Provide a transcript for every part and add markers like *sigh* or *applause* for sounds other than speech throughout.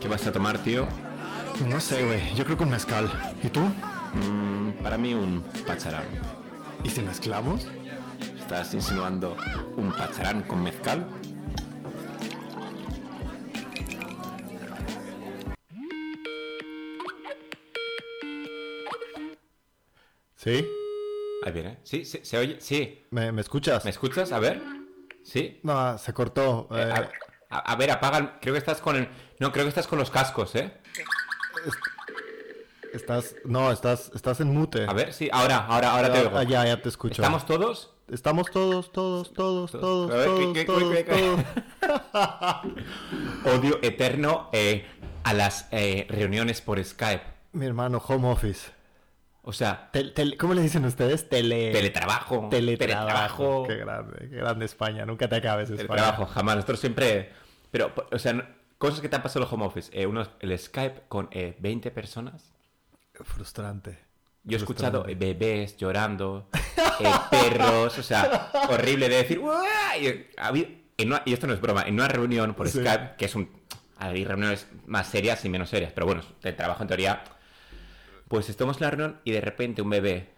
¿Qué vas a tomar, tío? Pues No sé, güey. Yo creo que un mezcal. ¿Y tú? Mm, para mí un pacharán. ¿Y si mezclamos? ¿Estás insinuando un pacharán con mezcal? ¿Sí? Ahí viene. Sí, sí, se oye. Sí. ¿Me, me escuchas? ¿Me escuchas? A ver. Sí. No, se cortó. Eh, eh, a- a, a ver, apaga. el- Creo que estás con el. No, creo que estás con los cascos, ¿eh? Estás... No, estás, estás en mute. A ver, sí. Ahora, ahora, ahora te Ya- oigo. ah, ya, ya te escucho. ¿Estamos todos? Estamos todos, todos, todos, todos, A ver, todos, clic, clic, todos, clic, clic, *laughs* todos. Odio eterno eh, a las eh, reuniones por Skype. Mi hermano, home office. O sea, Tel- tel- ¿Cómo le dicen ustedes? Tele... Eh, teletrabajo. Teletrabajo. Teletrabajo. Qué grande, qué grande España. Nunca te acabes, España. Teletrabajo, jamás. Nosotros siempre. Pero, po- o sea, no- cosas que te han pasado en los home office. Eh, uno, el Skype con eh, 20 personas. Frustrante. Yo he escuchado eh, bebés llorando, eh, perros, o *laughs* sea, horrible de decir, "Uah", y, ha habido- en una- y esto no es broma, en una reunión por Sí. Skype, que es un... Hay reuniones más serias y menos serias, pero bueno, el trabajo en teoría... Pues estamos en la reunión y de repente un bebé...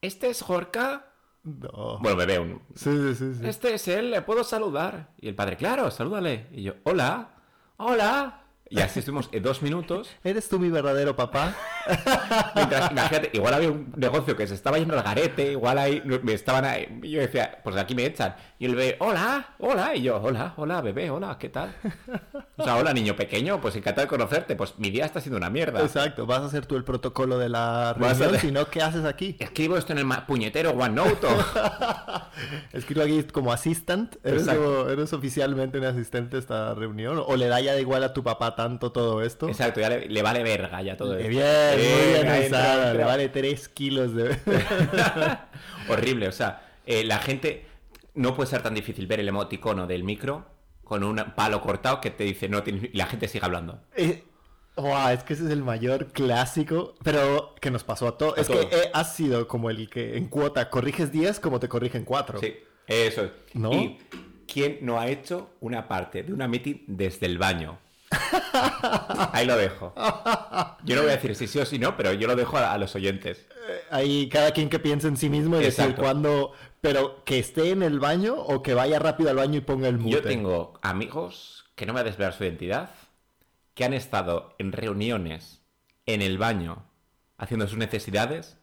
¿Este es Jorka? No. Bueno, bebé, un, Sí, sí, sí. sí. este es él, le puedo saludar. Y el padre, claro, salúdale. Y yo, hola, hola. Y así estuvimos eh, dos minutos. ¿Eres tú mi verdadero papá? Mientras, imagínate, igual había un negocio que se estaba yendo al garete, igual ahí me estaban ahí, y yo decía, pues aquí me echan. Y el bebé, hola, hola, y yo, hola, hola, bebé, hola, ¿qué tal? O sea, hola, niño pequeño, pues encantado de conocerte, pues mi día está siendo una mierda. Exacto, vas a hacer tú el protocolo de la Vas a reunión, hacer- si no, ¿qué haces aquí? Escribo esto en el ma- puñetero OneNote. o- Escribo aquí como assistant, eres, Exacto. como- eres oficialmente un asistente a esta reunión, o le da ya de igual a tu papá tanto todo esto. Exacto, ya le, le vale verga ya todo Eh, esto. Bien, muy bien Venga, entra, usada, le entra. vale 3 kilos de... *laughs* Horrible, o sea, eh, la gente no puede ser tan difícil ver el emoticono del micro con un palo cortado que te dice no tienes... y la gente sigue hablando. Eh, guau, es que ese es el mayor clásico, pero que nos pasó a todos. A Es todos. que eh, has sido como el que en cuota corriges 10 como te corrigen 4. Sí, eso es. ¿No? ¿Y quién no ha hecho una parte de una meeting desde el baño? Ahí lo dejo. Yo no voy a decir si sí o si no, pero yo lo dejo a, a los oyentes. Ahí cada quien que piense en sí mismo y decir Exacto. cuándo, pero que esté en el baño o que vaya rápido al baño y ponga el mute. Yo tengo amigos que no me voy a desvelar su identidad, que han estado en reuniones, en el baño, haciendo sus necesidades,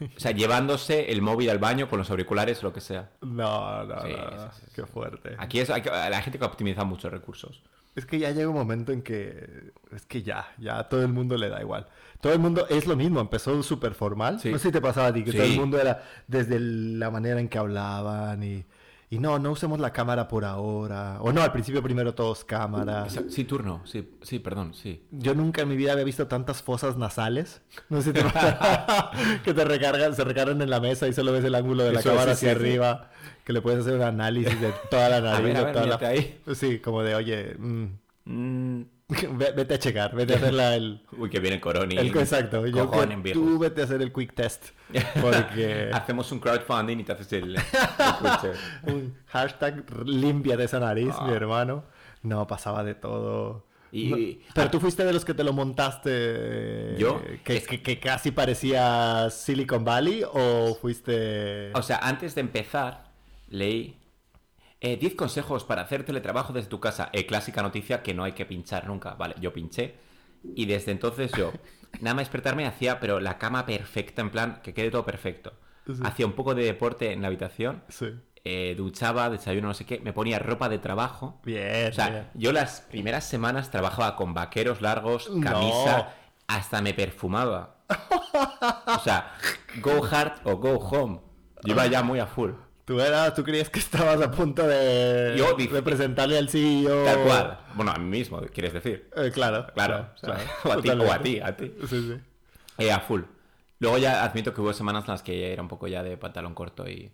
o sea, llevándose el móvil al baño con los auriculares o lo que sea. No, no, Sí, no, no, sí, sí, qué fuerte. Aquí es hay que- la gente que optimiza muchos recursos. Es que ya llega un momento en que es que ya, ya a todo el mundo le da igual. Todo el mundo es lo mismo, empezó súper formal. Sí. No sé si te pasaba a ti, que todo Sí. el mundo era desde el- la manera en que hablaban y, y no, no usemos la cámara por ahora. O no, al principio primero todos cámara. Esa- Sí, turno, sí, sí, perdón, sí. Yo nunca en mi vida había visto tantas fosas nasales. No sé si te pasa *laughs* que te recargan, se recargan en la mesa y solo ves el ángulo de la Eso, cámara sí, hacia sí, sí. arriba, que le puedes hacer un análisis de toda la nariz. ver, *laughs* a de ver, toda la- mírate ahí. *laughs* Sí, como de, oye, mm, *laughs* Mm, ve- vete a checar, vete a hacer la, el, Uy, que viene Coroni. el- Exacto, yo Cojones, que viejo. tú vete a hacer el quick *laughs* test. Porque Hacemos un crowdfunding y te haces el... el *laughs* coche. un hashtag limpia de esa nariz, mi Ah. hermano. No, pasaba de todo. Y- No, pero tú fuiste de los que te lo montaste. eh, ¿Yo? Que, Es- que- que casi parecía Silicon Valley o fuiste... o sea, antes de empezar, leí eh, 10 consejos para hacer teletrabajo desde tu casa. Eh, clásica noticia que no hay que pinchar nunca. Vale, yo pinché. Y desde entonces yo, nada más despertarme, hacía, pero la cama perfecta, en plan, que quede todo perfecto. Sí. Hacía un poco de deporte en la habitación, Sí. eh, duchaba, desayuno, no sé qué, me ponía ropa de trabajo. Bien, O sea, bien. yo las primeras semanas trabajaba con vaqueros largos, No. camisa, hasta me perfumaba. O sea, go hard o go home. Yo iba ya muy a full. Tú, eras, tú creías que estabas a punto de, Yo dije- de presentarle al CEO. Tal cual. Bueno, a mí mismo, quieres decir. Eh, claro. Oh. Claro. o sea, *laughs* o a ti, o a ti, a ti. Sí, sí. Eh, a full. Luego ya admito que hubo semanas en las que ya era un poco ya de pantalón corto y,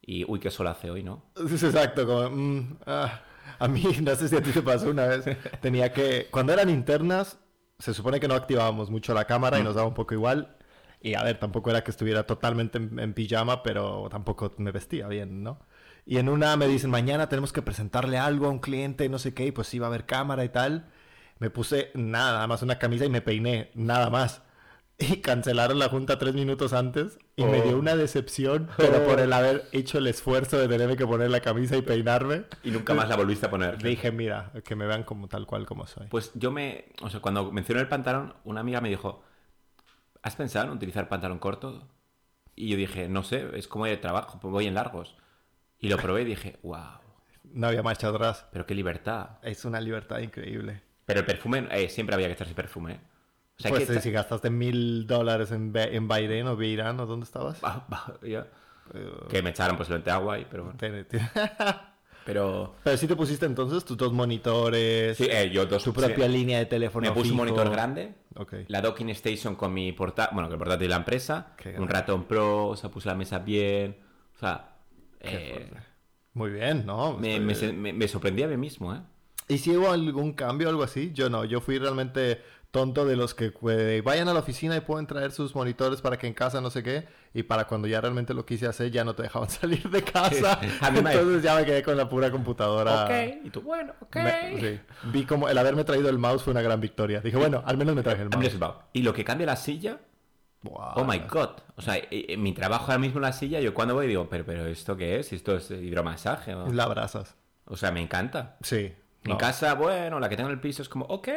y uy, qué sol hace hoy, ¿no? Sí, sí, exacto, como... mm, ah. a mí, *laughs* no sé si a ti te pasó una vez, tenía que... Cuando eran internas, se supone que no activábamos mucho la cámara y nos daba un poco igual. Y a ver, tampoco era que estuviera totalmente en, en pijama, pero tampoco me vestía bien, ¿no? Y en una me dicen, mañana tenemos que presentarle algo a un cliente, no sé qué, y pues sí va a haber cámara y tal. me puse nada, nada más una camisa y me peiné, nada más. *laughs* Y cancelaron la junta tres minutos antes y me Oh. dio una decepción, pero Oh. por el haber hecho el esfuerzo de tenerme que poner la camisa y peinarme, Y nunca más la volviste a poner. dije, mira, que me vean como tal cual como soy. Pues yo me. O sea, cuando mencioné el pantalón, una amiga me dijo: ¿Has pensado en utilizar pantalón corto? Y yo dije: No sé, es como de trabajo, pues voy en largos. Y lo probé y dije: *laughs* ¡Wow! No había marcha atrás. Pero qué libertad. Es una libertad increíble. Pero el perfume, eh, siempre había que echarse perfume. ¿eh? O sea, pues que. eh, *laughs* si gastaste mil dólares en, Be- en Bahrein o Beirán o dónde estabas. Eh, Bah, bah, ya. Que me echaron pues lo de agua y pero bueno. Te- te- Pero. *laughs* Pero sí te pusiste entonces tus dos monitores, Sí, eh, yo dos. tu propia sí. línea de teléfono. Me puse un fijo. monitor grande. Ok. La docking station con mi portátil, bueno, que el portátil de la empresa. Qué Un grande. ratón pro, o sea, puse la mesa bien. O sea, eh, Muy bien, ¿no? me, Estoy- me se- me- me sorprendí a mí mismo, ¿eh? ¿Y si hubo algún cambio o algo así? Yo no, yo fui realmente tonto de los que eh, vayan a la oficina y pueden traer sus monitores para que en casa no sé qué, y para cuando ya realmente lo quise hacer ya no te dejaban *laughs* salir de casa. A mí me- Entonces ya me quedé con la pura computadora. Ok, y tú, bueno, ok. Me- sí. Vi como el haberme traído el mouse fue una gran victoria. Dije, bueno, al menos me traje el I'm just mouse. about. Y lo que cambia la silla, Buah. oh my god. O sea, eh, eh, mi trabajo ahora mismo en la silla, yo cuando voy digo, pero, pero ¿esto qué es? ¿Esto es eh, hidromasaje? O, La abrazas. o sea, me encanta. Sí. En casa, bueno, la que tengo en el piso es como, ok.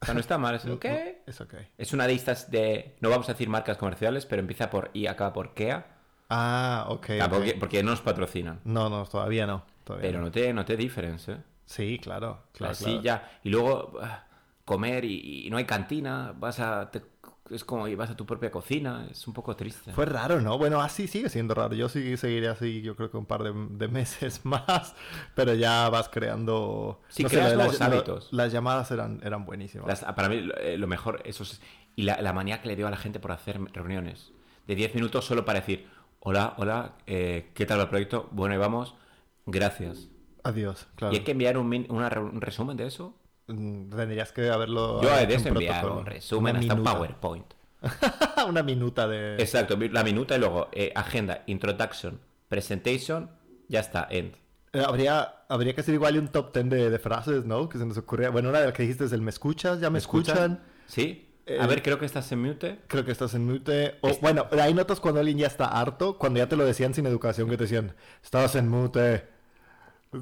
O sea, *laughs* no está mal, es ok. Es ok. Es una de estas de, no vamos a decir marcas comerciales, pero empieza por I, acaba por KEA. Ah, ok. Ah, ok. porque, porque no nos patrocinan. No, no, todavía no. Todavía Pero no. no te, no te diference, ¿eh? Sí, claro. claro, la claro. silla. Y luego ah, comer y, y no hay cantina. Vas a. te- es como y vas a tu propia cocina. Es un poco triste. Fue raro, ¿no? Bueno, así sigue siendo raro. Yo sí seguiré así, yo creo que un par de, de *laughs* meses más, pero ya vas creando... Sí, sé, creas lo de nuevos hábitos. lo- las llamadas eran, eran buenísimas. Las- para mí lo- eh, lo mejor, eso es. Y la, la manía que le dio a la gente por hacer reuniones. De 10 minutos solo para decir: Hola, hola, eh, ¿qué tal va el proyecto? Bueno, y vamos. Gracias. Adiós, claro. ¿Y hay que enviar un, min- una re- un resumen de eso? Mm, Tendrías que haberlo... Yo he hecho de un eso enviar protocolo. un resumen Una hasta un minuta. Eh. PowerPoint. *laughs* Una minuta de... Exacto, mi- la minuta y luego eh, agenda, introduction, presentation, ya está, end. Eh, Habría, habría que hacer igual un top ten de, de frases, ¿no? Que se nos ocurría. Bueno, una de las que dijiste es el me escuchas, ya me, escuchan. ¿Sí? Eh, A ver, creo que estás en mute. Creo que estás en mute. O, Bueno, ahí notas cuando alguien ya está harto, cuando ya te lo decían sin educación, que te decían, estabas en mute.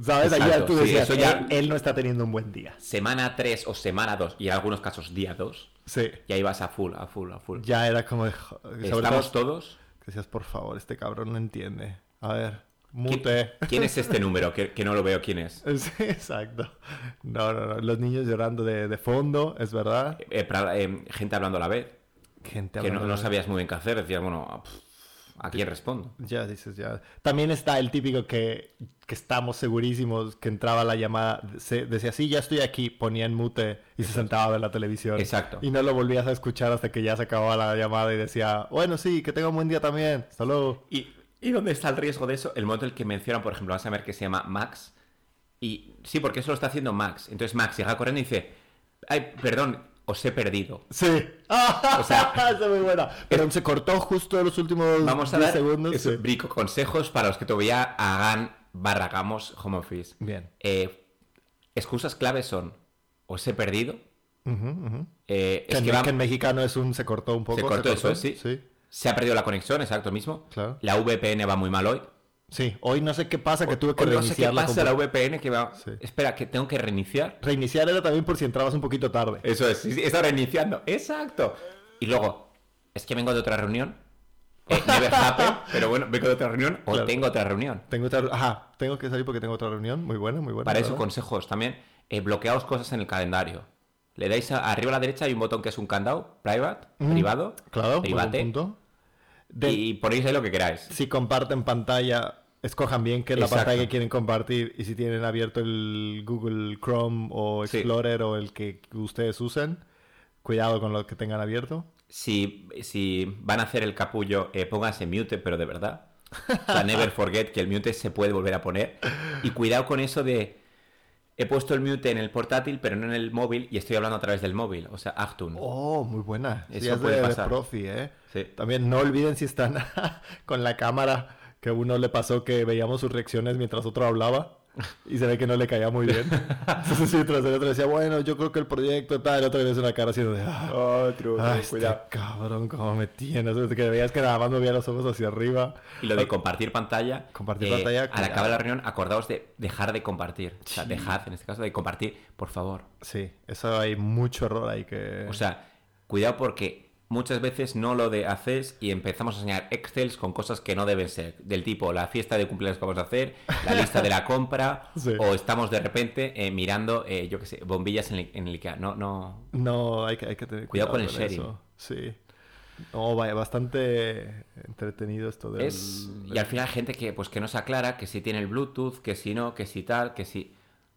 ¿Sabes? Ahí ya Exacto, tú sí, decías, eso ya- "Él- él no está teniendo un buen día. Semana 3 o semana 2, y en algunos casos día 2, Sí. y ahí vas a full, a full, a full. Ya era como de... "Jo-". Sobre ¿Estamos todo, todos? decías, por favor, este cabrón no entiende. A ver, ¿Quién, mute. *laughs* quién es este número? Que, que no lo veo quién es. Sí, exacto. No, no, no. Los niños llorando de, de fondo, es verdad. Eh, pra- eh, gente hablando a la vez, Gente que no, hablando no de- sabías muy bien qué hacer, decías, bueno, pff, ¿a quién respondo? Ya dices, ya. También está el típico que, que estamos segurísimos que entraba la llamada, se, decía, sí, ya estoy aquí, ponía en mute y se sentaba a ver la televisión. Exacto. Y no lo volvías a escuchar hasta que ya se acababa la llamada y decía, bueno, sí, que tenga un buen día también, hasta luego. ¿Y, y dónde está el riesgo de eso? El momento en el que mencionan, por ejemplo, vas a ver que se llama Max. Y sí, porque eso lo está haciendo Max. Entonces Max llega corriendo y dice, ay, perdón, os he perdido. Sí. O sea- *laughs* Esa es muy buena. Pero se cortó justo en los últimos Vamos a 10 dar segundos. eso, sí. brico consejos para los que todavía hagan barragamos home office. Bien. Eh, excusas claves son, os he perdido. Ujú, ujú. eh, Que, es en, que, va- que en mexicano es un se cortó un poco. se cortó eso, sí. Sí. Se ha perdido la conexión, exacto mismo. Claro. La VPN va muy mal hoy. Sí. Hoy no sé qué pasa, que tuve que Hoy no sé qué reiniciar la pasa la compu- VPN que va... Sí. Espera, que tengo que reiniciar. Reiniciar era también por si entrabas un poquito tarde. Eh, Eso es, sí, sí, está reiniciando. Exacto. Y luego, es que vengo de otra reunión. Eh, never happen, *laughs* pero bueno, vengo de otra reunión o Claro. tengo otra reunión. Tengo otra, ajá, tengo que salir porque tengo otra reunión. Muy buena, muy buena. Para eso, ¿verdad? consejos también. eh, bloqueaos cosas en el calendario. Le dais a- arriba a la derecha hay un botón que es un candado, private, privado, Claro, por un private, punto. De- y ponéis ahí lo que queráis. Si comparten pantalla, escojan bien qué es la Exacto. pantalla que quieren compartir y si tienen abierto el Google Chrome o Sí. Explorer o el que ustedes usen. Cuidado con lo que tengan abierto. Si, si van a hacer el capullo, eh, pónganse mute, pero de verdad. O sea, *laughs* never forget que el mute se puede volver a poner. Y cuidado con eso de. He puesto el mute en el portátil, pero no en el móvil, y estoy hablando a través del móvil. O sea, Actun. Oh, muy buena. Sí, Mm. Eso es de- puede de, pasar. profi, ¿eh? Sí. También no olviden si *laughs* están con la cámara, que a uno le pasó que veíamos sus reacciones mientras otro hablaba. Y se ve que no le caía *laughs* muy bien. Entonces, sí, tras el otro decía, bueno, yo creo que el proyecto tal. Otra vez una cara haciendo de, "Ah, Otro, ah, este cabrón, cómo me tienes. O sea, Que veías que nada más movía los ojos hacia arriba. Y lo de compartir pantalla. Compartir pantalla, Al cuidado. acabar la reunión, acordaos de dejar de compartir. O sea, dejad, en este caso, de compartir, por favor. Sí, eso hay mucho error ahí que... O sea, cuidado porque muchas veces no lo de haces y empezamos a enseñar Excels con cosas que no deben ser. Del tipo, la fiesta de cumpleaños que vamos a hacer, la lista de la compra, *laughs* Sí. o estamos de repente eh, mirando, eh, yo qué sé, bombillas en el, en el IKEA. No, no. No, hay que, hay que tener Cuidado cuidado, con el con sharing. eso. Sí. No, vaya, bastante entretenido esto del... Es... Y al final hay gente que, pues, que no se aclara, que si tiene el Bluetooth, que si no, que si tal, que si...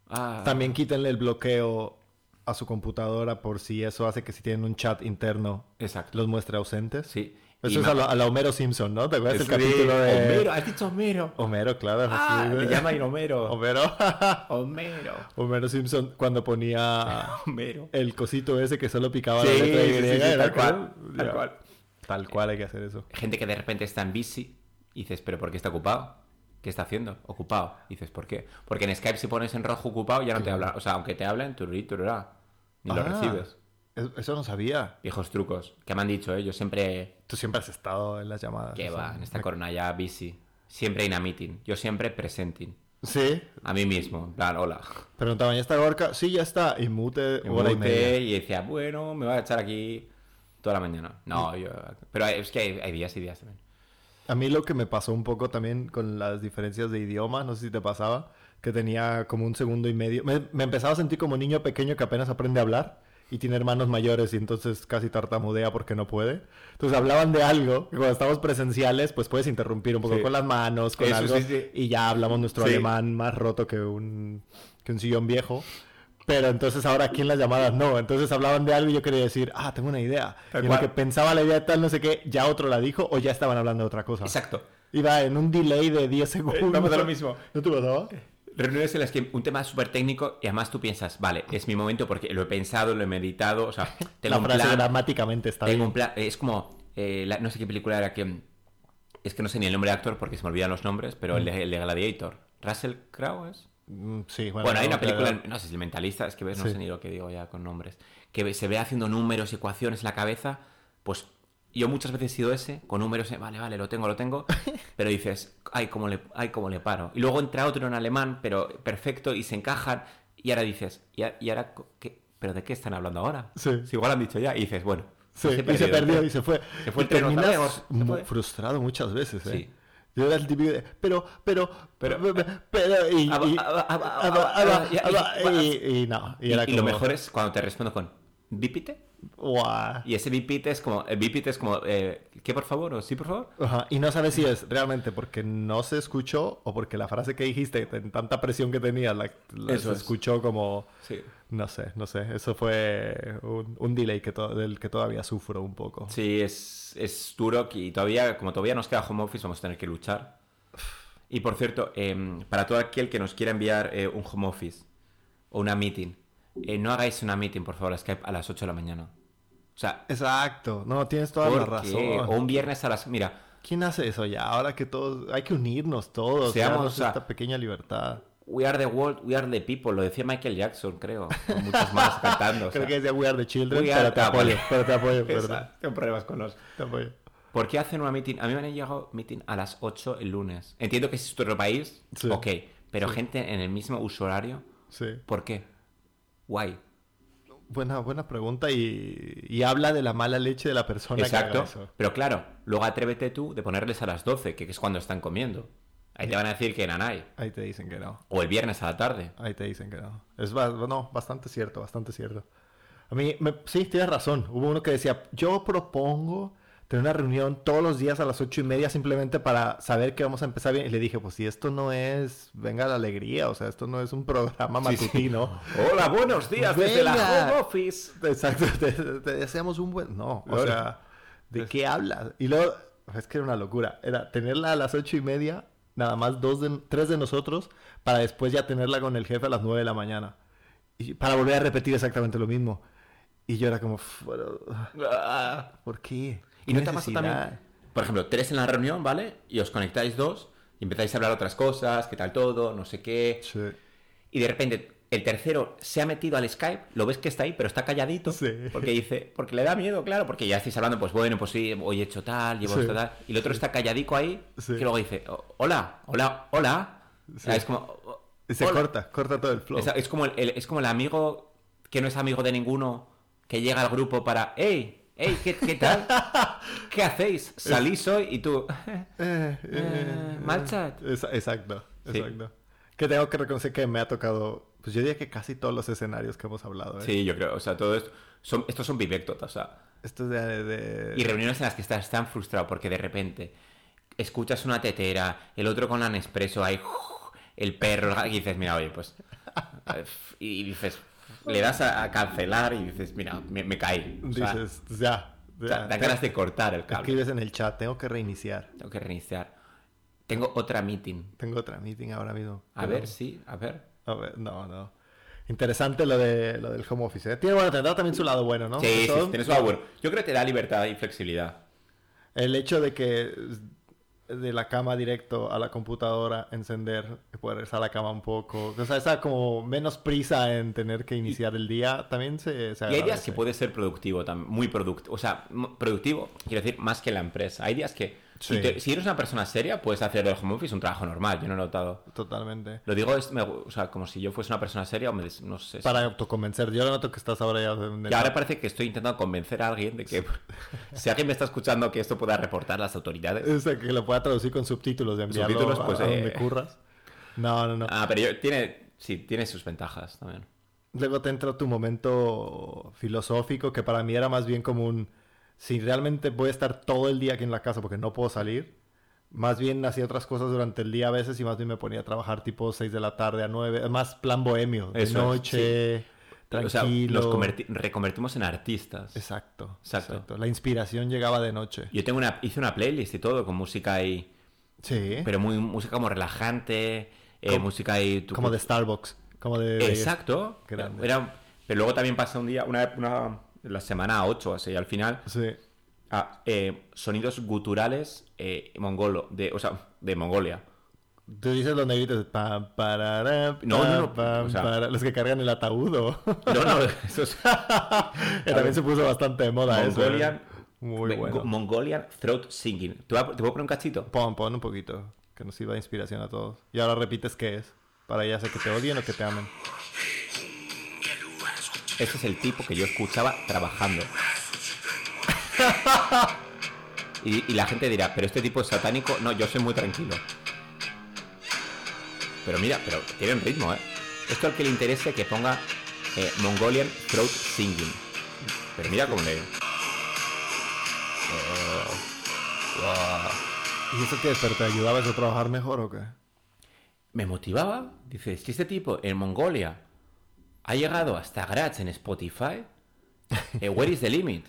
Ah, También quítenle el bloqueo a su computadora por si eso hace que si tienen un chat interno exacto. los muestre ausentes. Sí. Y Eso es ma- a la, a la Homero Simpson, ¿no? ¿Te acuerdas Sí, del capítulo de... Homero, has dicho Homero. Homero, claro. Ah, sí. le llaman Homero. Homero. *laughs* Homero. Homero Simpson cuando ponía Homero. el cosito ese que solo picaba Sí, la letra sí, Y, sí, era tal como- cual, tal ya. cual. Tal cual hay que hacer eso. Gente que de repente está en bici y dices, ¿pero por qué está ocupado? ¿Qué está haciendo? Ocupado. Y dices, ¿por qué? Porque en Skype si pones en rojo ocupado ya no te habla. O sea, aunque te hablan, tururí, tururá. Ni lo Ah, recibes. es- Eso no sabía. Viejos trucos que me han dicho ellos. Siempre Tú siempre has estado en las llamadas. que o va, sea. en esta corona ya bici. Siempre in a meeting. Yo siempre presenting. Sí, A mí mismo. En plan, hola. preguntaban, ¿ya está Gorka? Sí, ya está. Y mute, Me hora y muté media. y decía, bueno, me va a echar aquí toda la mañana. No, yo... Pero hay- es que hay, hay días y días también. A mí lo que me pasó un poco también con las diferencias de idiomas, no sé si te pasaba, que tenía como un segundo y medio. Me, me empezaba a sentir como niño pequeño que apenas aprende a hablar y tiene hermanos mayores y entonces casi tartamudea porque no puede. Entonces hablaban de algo, que cuando estamos presenciales, pues puedes interrumpir un poco Sí. con las manos, con Eso, algo, sí, sí. y ya hablamos nuestro Sí. alemán más roto que un, que un sillón viejo. Pero entonces ahora aquí en las llamadas no. Entonces hablaban de algo y yo quería decir, ah, tengo una idea. Tal y en lo cual. que pensaba la idea de tal, no sé qué, ya otro la dijo o ya estaban hablando de otra cosa. Exacto. Iba en un delay de 10 segundos. Eh, me pasa lo mismo. ¿No te pasaba? Reuniones en las que un tema súper técnico y además tú piensas, vale, es mi momento porque lo he pensado, lo he meditado, o sea, tengo *laughs* la un frase plan, dramáticamente está tengo bien. un plan, es como, eh, la- no sé qué película era que, es que no sé ni el nombre de actor porque se me olvidan los nombres, pero el de, el de Gladiator, Russell Crowe es... Mm, Sí, bueno, Bueno, hay no, una claro. película, no sé si el mentalista, es que ves, no Sí. sé ni lo que digo ya con nombres, que se ve haciendo números, ecuaciones en la cabeza, pues yo muchas veces he sido ese, con números, eh, vale, vale, lo tengo, lo *laughs* tengo, pero dices, ay, cómo le, ay, cómo le paro. Y luego entra otro en alemán, pero perfecto, y se encajan, y ahora dices, ¿y, a- y ahora co- qué? ¿Pero de qué están hablando ahora? Sí. Si igual han dicho ya, y dices, bueno, Sí, pues he y perdido se el perdió tren. y se fue. Se fue y el tren, terminas otra vez, se mu- fue. frustrado muchas veces, ¿eh? Sí. Yo era el típico de, pero, pero, pero, pero, y, y, Aba- y- aba- aba- aba- aba- aba- aba- aba- y- y no. Y, Y era y lo como, mejor es cuando te respondo con, ¿bípite? guau. Y ese bípite es como, el bípite es como, eh, ¿qué por favor? ¿O sí por favor? Ajá, Y no sabes si es realmente porque no se escuchó o porque la frase que dijiste, en tanta presión que tenías, la, la- Eso se es. escuchó como... Sí. No sé, no sé. Eso fue un, un delay que to- del que todavía sufro un poco. Sí, es, es duro que- y todavía, como todavía nos queda home office, vamos a tener que luchar. Y por cierto, em, para todo aquel que nos quiera enviar eh, un home office o una meeting, eh, no hagáis una meeting, por favor, a Skype a las 8 de la mañana. O sea, Exacto. No, tienes toda la ¿por razón. qué? Oh, O un viernes a las... Mira, ¿Quién hace eso ya? Ahora que todos... Hay que unirnos todos. Seamos, darnos o sea, esta pequeña libertad. we are the world, we are the people, lo decía Michael Jackson, creo, con muchos más cantando. o *laughs* Creo sea. que es de We Are the Children, We pero, are- te ah, apoyo, vale. pero *laughs* te apoyo, pero Esa, tengo problemas con los... te apoyo. ¿Por qué hacen una meeting? A mí me han llegado meeting a las 8 el lunes. Entiendo que si es otro país, Sí. ok. Pero gente en el mismo uso horario, Sí. ¿por qué? Guay. Buena, buena pregunta y, y habla de la mala leche de la persona que haga Exacto. eso. Pero claro, luego atrévete tú de ponerles a las 12, que es cuando están comiendo. Ahí te van a decir que nanay. Ahí te dicen que no. O el viernes a la tarde. Ahí te dicen que no. Es ba- no, bastante cierto, bastante cierto. A mí, me- sí, tienes razón. Hubo uno que decía, yo propongo tener una reunión todos los días a las ocho y media simplemente para saber que vamos a empezar bien. Y le dije, pues si esto no es, venga la alegría, o sea, esto no es un programa matutino. Hola, buenos días desde la Venga. home office. Exacto, *laughs* te, te deseamos un buen... No, o Claro. sea, ¿de qué hablas? Y luego, es que era una locura. Era tenerla a las ocho y media, nada más dos de, tres de nosotros, para después ya tenerla con el jefe a las nueve de la mañana. Y para volver a repetir exactamente lo mismo. Y yo era como, "Uf, bueno, Ah. ¿por qué? Y no te ha pasado también. Necesidad". Por ejemplo, tres en la reunión, ¿vale? Y os conectáis dos. Y empezáis a hablar otras cosas, qué tal todo, no sé qué. Sí. Y de repente el tercero se ha metido al Skype, lo ves que está ahí, pero está calladito. Sí. Porque dice, porque le da miedo, claro, porque ya estáis hablando, pues bueno, pues sí, hoy he hecho tal, llevo Sí. esto tal. Y el otro está calladico ahí, Sí. que luego dice, "O- hola, hola, hola. Sí. Es como. "O- Y se hola". corta, corta todo el flow. Eh, Es, es como el, el- es como el amigo que no es amigo de ninguno, que llega al grupo para, hey, hey, ¿qué, qué *laughs* tal? ¿Qué hacéis? Salís hoy y tú. Eh, eh, Eh, Malchat. Es- exacto, Sí. exacto. Que tengo que reconocer que me ha tocado, pues yo diría que casi todos los escenarios que hemos hablado. ¿eh? Sí, yo creo, o sea, todo esto. Son, estos son vivéctotas, o sea. Esto es de... de- Y reuniones en las que estás tan frustrado porque de repente escuchas una tetera, el otro con la Nespresso, ahí *laughs* el perro, el gato, y dices, mira, oye, pues. eh, Y dices, le das a, a cancelar y dices, mira, me, me caí. O sea, Dices, pues ya. o ya. sea, da ganas de cortar el cable. Escribes en el chat, tengo que reiniciar. Tengo que reiniciar. Tengo otra meeting. Tengo otra meeting ahora mismo. A Pero- ver, sí, a ver. A ver, no, no. Interesante lo, de, lo del home office. ¿eh? Tiene, bueno, tendrá también su lado bueno, ¿no? Sí, sí, Eso- sí, tienes algo bueno. Yo creo que te da libertad y flexibilidad. El hecho de que de la cama directo a la computadora, encender, ponerse a la cama un poco. O sea, esa como menos prisa en tener que iniciar el día también se, se Y hay días agradece. que puede ser productivo, tam- muy productivo. O sea, m- productivo, quiero decir, más que la empresa. Hay días que, Sí. si, te- si eres una persona seria, puedes hacer el home office un trabajo normal. Yo no lo he notado. Totalmente. Lo digo es, me- o sea, como si yo fuese una persona seria o me des- no sé. si- Para autoconvencer. Yo noto que estás ahora ya... en el- Y ahora parece que estoy intentando convencer a alguien de que *laughs* si alguien me está escuchando que esto pueda reportar las autoridades. O sea, que lo pueda traducir con subtítulos de enviarlo Subtítulos, a- pues, a donde eh. curras. No, no, no. Ah, pero yo, tiene, sí, tiene sus ventajas también. Luego te entra tu momento filosófico, que para mí era más bien como un, si realmente voy a estar todo el día aquí en la casa porque no puedo salir, más bien hacía otras cosas durante el día a veces y más bien me ponía a trabajar tipo 6 de la tarde a 9, más plan bohemio, de Eso es, noche, O sea, tranquilo. nos converti- reconvertimos en artistas. Exacto, exacto, Exacto. La inspiración llegaba de noche. Yo tengo una, hice una playlist y todo con música ahí, Sí, pero muy música como relajante, eh, Como- música ahí. tu- como de Starbucks, como de... de- Exacto. Grande. Era, pero luego también pasa un día, una, una- la semana 8, así, al final, Sí, ah, eh, sonidos guturales eh, mongolo, de, o sea, de Mongolia. tú dices los negritos, pam, parará, No, no, no, pam, o sea- pará, los que cargan el ataúd *laughs* o... No, no, *laughs* eso *laughs* es Que también se puso bastante de moda Mongolian, eso. ¿eh? Muy Ve- go- bueno. Mongolian Throat Singing. ¿Te, voy a- te puedo poner un cachito? Pon, pon un poquito. Que nos sirva de inspiración a todos. Y ahora repites qué es. Para ya sea que te odien o que te amen. Este es el tipo que yo escuchaba trabajando. Y, y la gente dirá, pero este tipo es satánico. No, yo soy muy tranquilo. Pero mira, pero tienen ritmo, ¿eh? Esto al que le interese que ponga eh, Mongolian Throat Singing. Pero mira cómo le... ¿Y eso qué es? ¿Pero te ayudaba eso a trabajar mejor o qué? me motivaba. Dice, si este tipo en Mongolia ha llegado hasta Graz en Spotify, eh, where is the limit?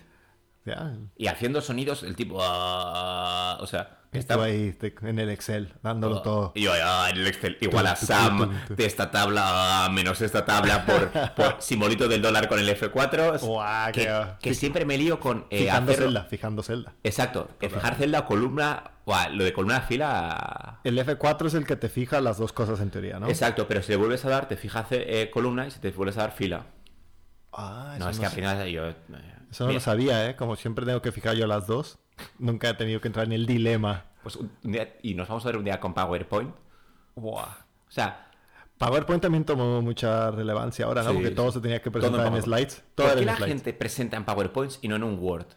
Ya. Y haciendo sonidos el tipo... "Ah", o sea, que Estaba estaba... ahí te- en el Excel, dándolo todo. Y yo, "Ah, en el Excel, igual a Tum, tum, tum, Sam tum. de esta tabla ah, menos esta tabla por, por *laughs* simbolito del dólar con el F4. Guau, que, qué- que siempre me lío con eh, fijando hacerlo- celda, fijando celda. Exacto, eh, fijar celda, columna... Buah, lo de columna fila... El F4 es el que te fija las dos cosas en teoría, ¿no? Exacto, pero si le vuelves a dar, te fijas eh, columna y si te vuelves a dar fila. Ah, eso No, no, es que al sé. final yo... eh, Eso no mira, lo sabía, ¿eh? Como siempre tengo que fijar yo las dos. *laughs* Nunca he tenido que entrar en el dilema. Pues un un día, y nos vamos a ver un día con PowerPoint. Buah. O sea, PowerPoint también tomó mucha relevancia ahora, ¿no? Sí, Porque sí. todo se tenía que Todo presentar en en PowerPoint. slides. Todo ¿por era qué en la slides. gente presenta en PowerPoint y no en un Word?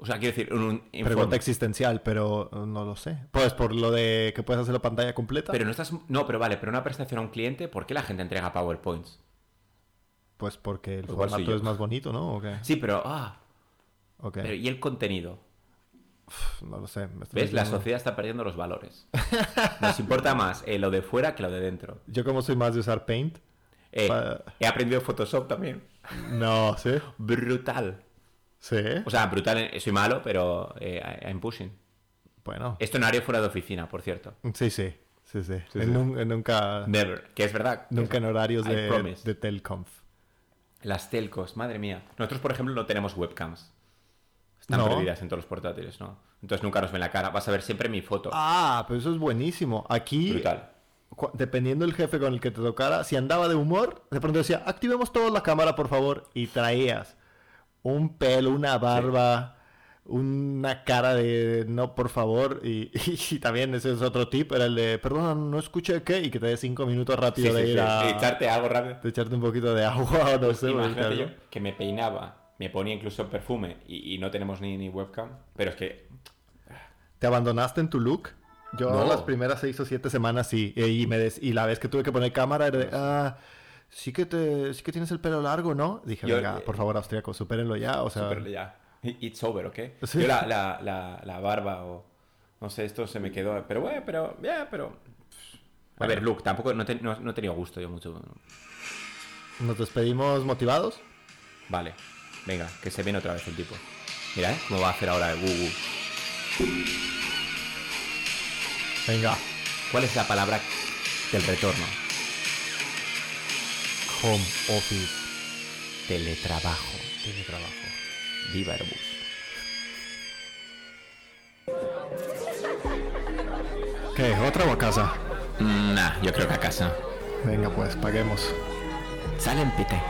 O sea, quiero decir, en un informe. Pregunta existencial, pero eh, no lo sé. Pues por lo de que puedes hacerlo pantalla completa, Pero no estás... No, pero vale, pero una presentación a un cliente, ¿por qué la gente entrega PowerPoints? pues porque el Igual soy formato yo. es más bonito, ¿no? ¿O qué? Sí, pero... Ah, Ok, pero ¿y el contenido? pf, no lo sé. me estoy ¿Ves? La metiendo- sociedad está perdiendo los valores. Nos importa más eh, lo de fuera que lo de dentro. Yo como soy más de usar Paint, *laughs* Eh, Pa- He aprendido Photoshop también. no, sí, Brutal. sí. O sea, brutal, en- soy malo, pero eh, I'm pushing. Bueno, Esto en área fuera de oficina, por cierto. sí, sí, sí, sí. eh. Sí, Eh, sí. nun- eh, Nunca, Never. Que es verdad. nunca en horarios I de, promise. de Telconf. Las telcos, madre mía. Nosotros, por ejemplo, no tenemos webcams. Están No. perdidas en todos los portátiles, ¿no? Entonces nunca nos ven la cara. Vas a ver siempre mi foto. Ah, pero eso es buenísimo. Aquí, Brutal. cu- dependiendo del jefe con el que te tocara, si andaba de humor, de pronto decía, activemos toda la cámara, por favor. Y traías un pelo, una barba, una cara de no, por favor. Y, *laughs* y también ese es otro tip, era el de, perdona, no escuché qué, y que te dé cinco minutos Sí, rápido sí, de sí. ir a... Echarte algo rápido. de echarte un poquito de agua *laughs* o no sé. porque Imagínate algo- yo que me peinaba, me ponía incluso perfume y, y no tenemos ni, ni webcam. Pero es que ¿Te abandonaste en tu look? Yo No. las primeras seis o siete semanas sí. Y, me des- y la vez que tuve que poner cámara era de, ah, sí que, te, sí que tienes el pelo largo, ¿no? Dije, Yo- eh, venga, por favor, austríaco, supérenlo ya. O sea, Pero ya. It's over, ¿ok? Ah. Sí. Yo la, la, la, la barba o... No sé, esto se me quedó... Pero bueno, pero... Ya, pero... A ver, Luke, tampoco... No, te- no, no he tenido gusto yo mucho. nos despedimos motivados. Vale. Venga, que se viene otra vez el tipo. Mira, ¿eh? ¿Cómo va a hacer ahora el Google? Venga, ¿Cuál es la palabra del retorno? home office, Teletrabajo. teletrabajo. Viva Airbus. ¿Qué? ¿Otra o a casa? Mm, Nah, yo creo que a casa. Venga, pues, paguemos. Salen, pite.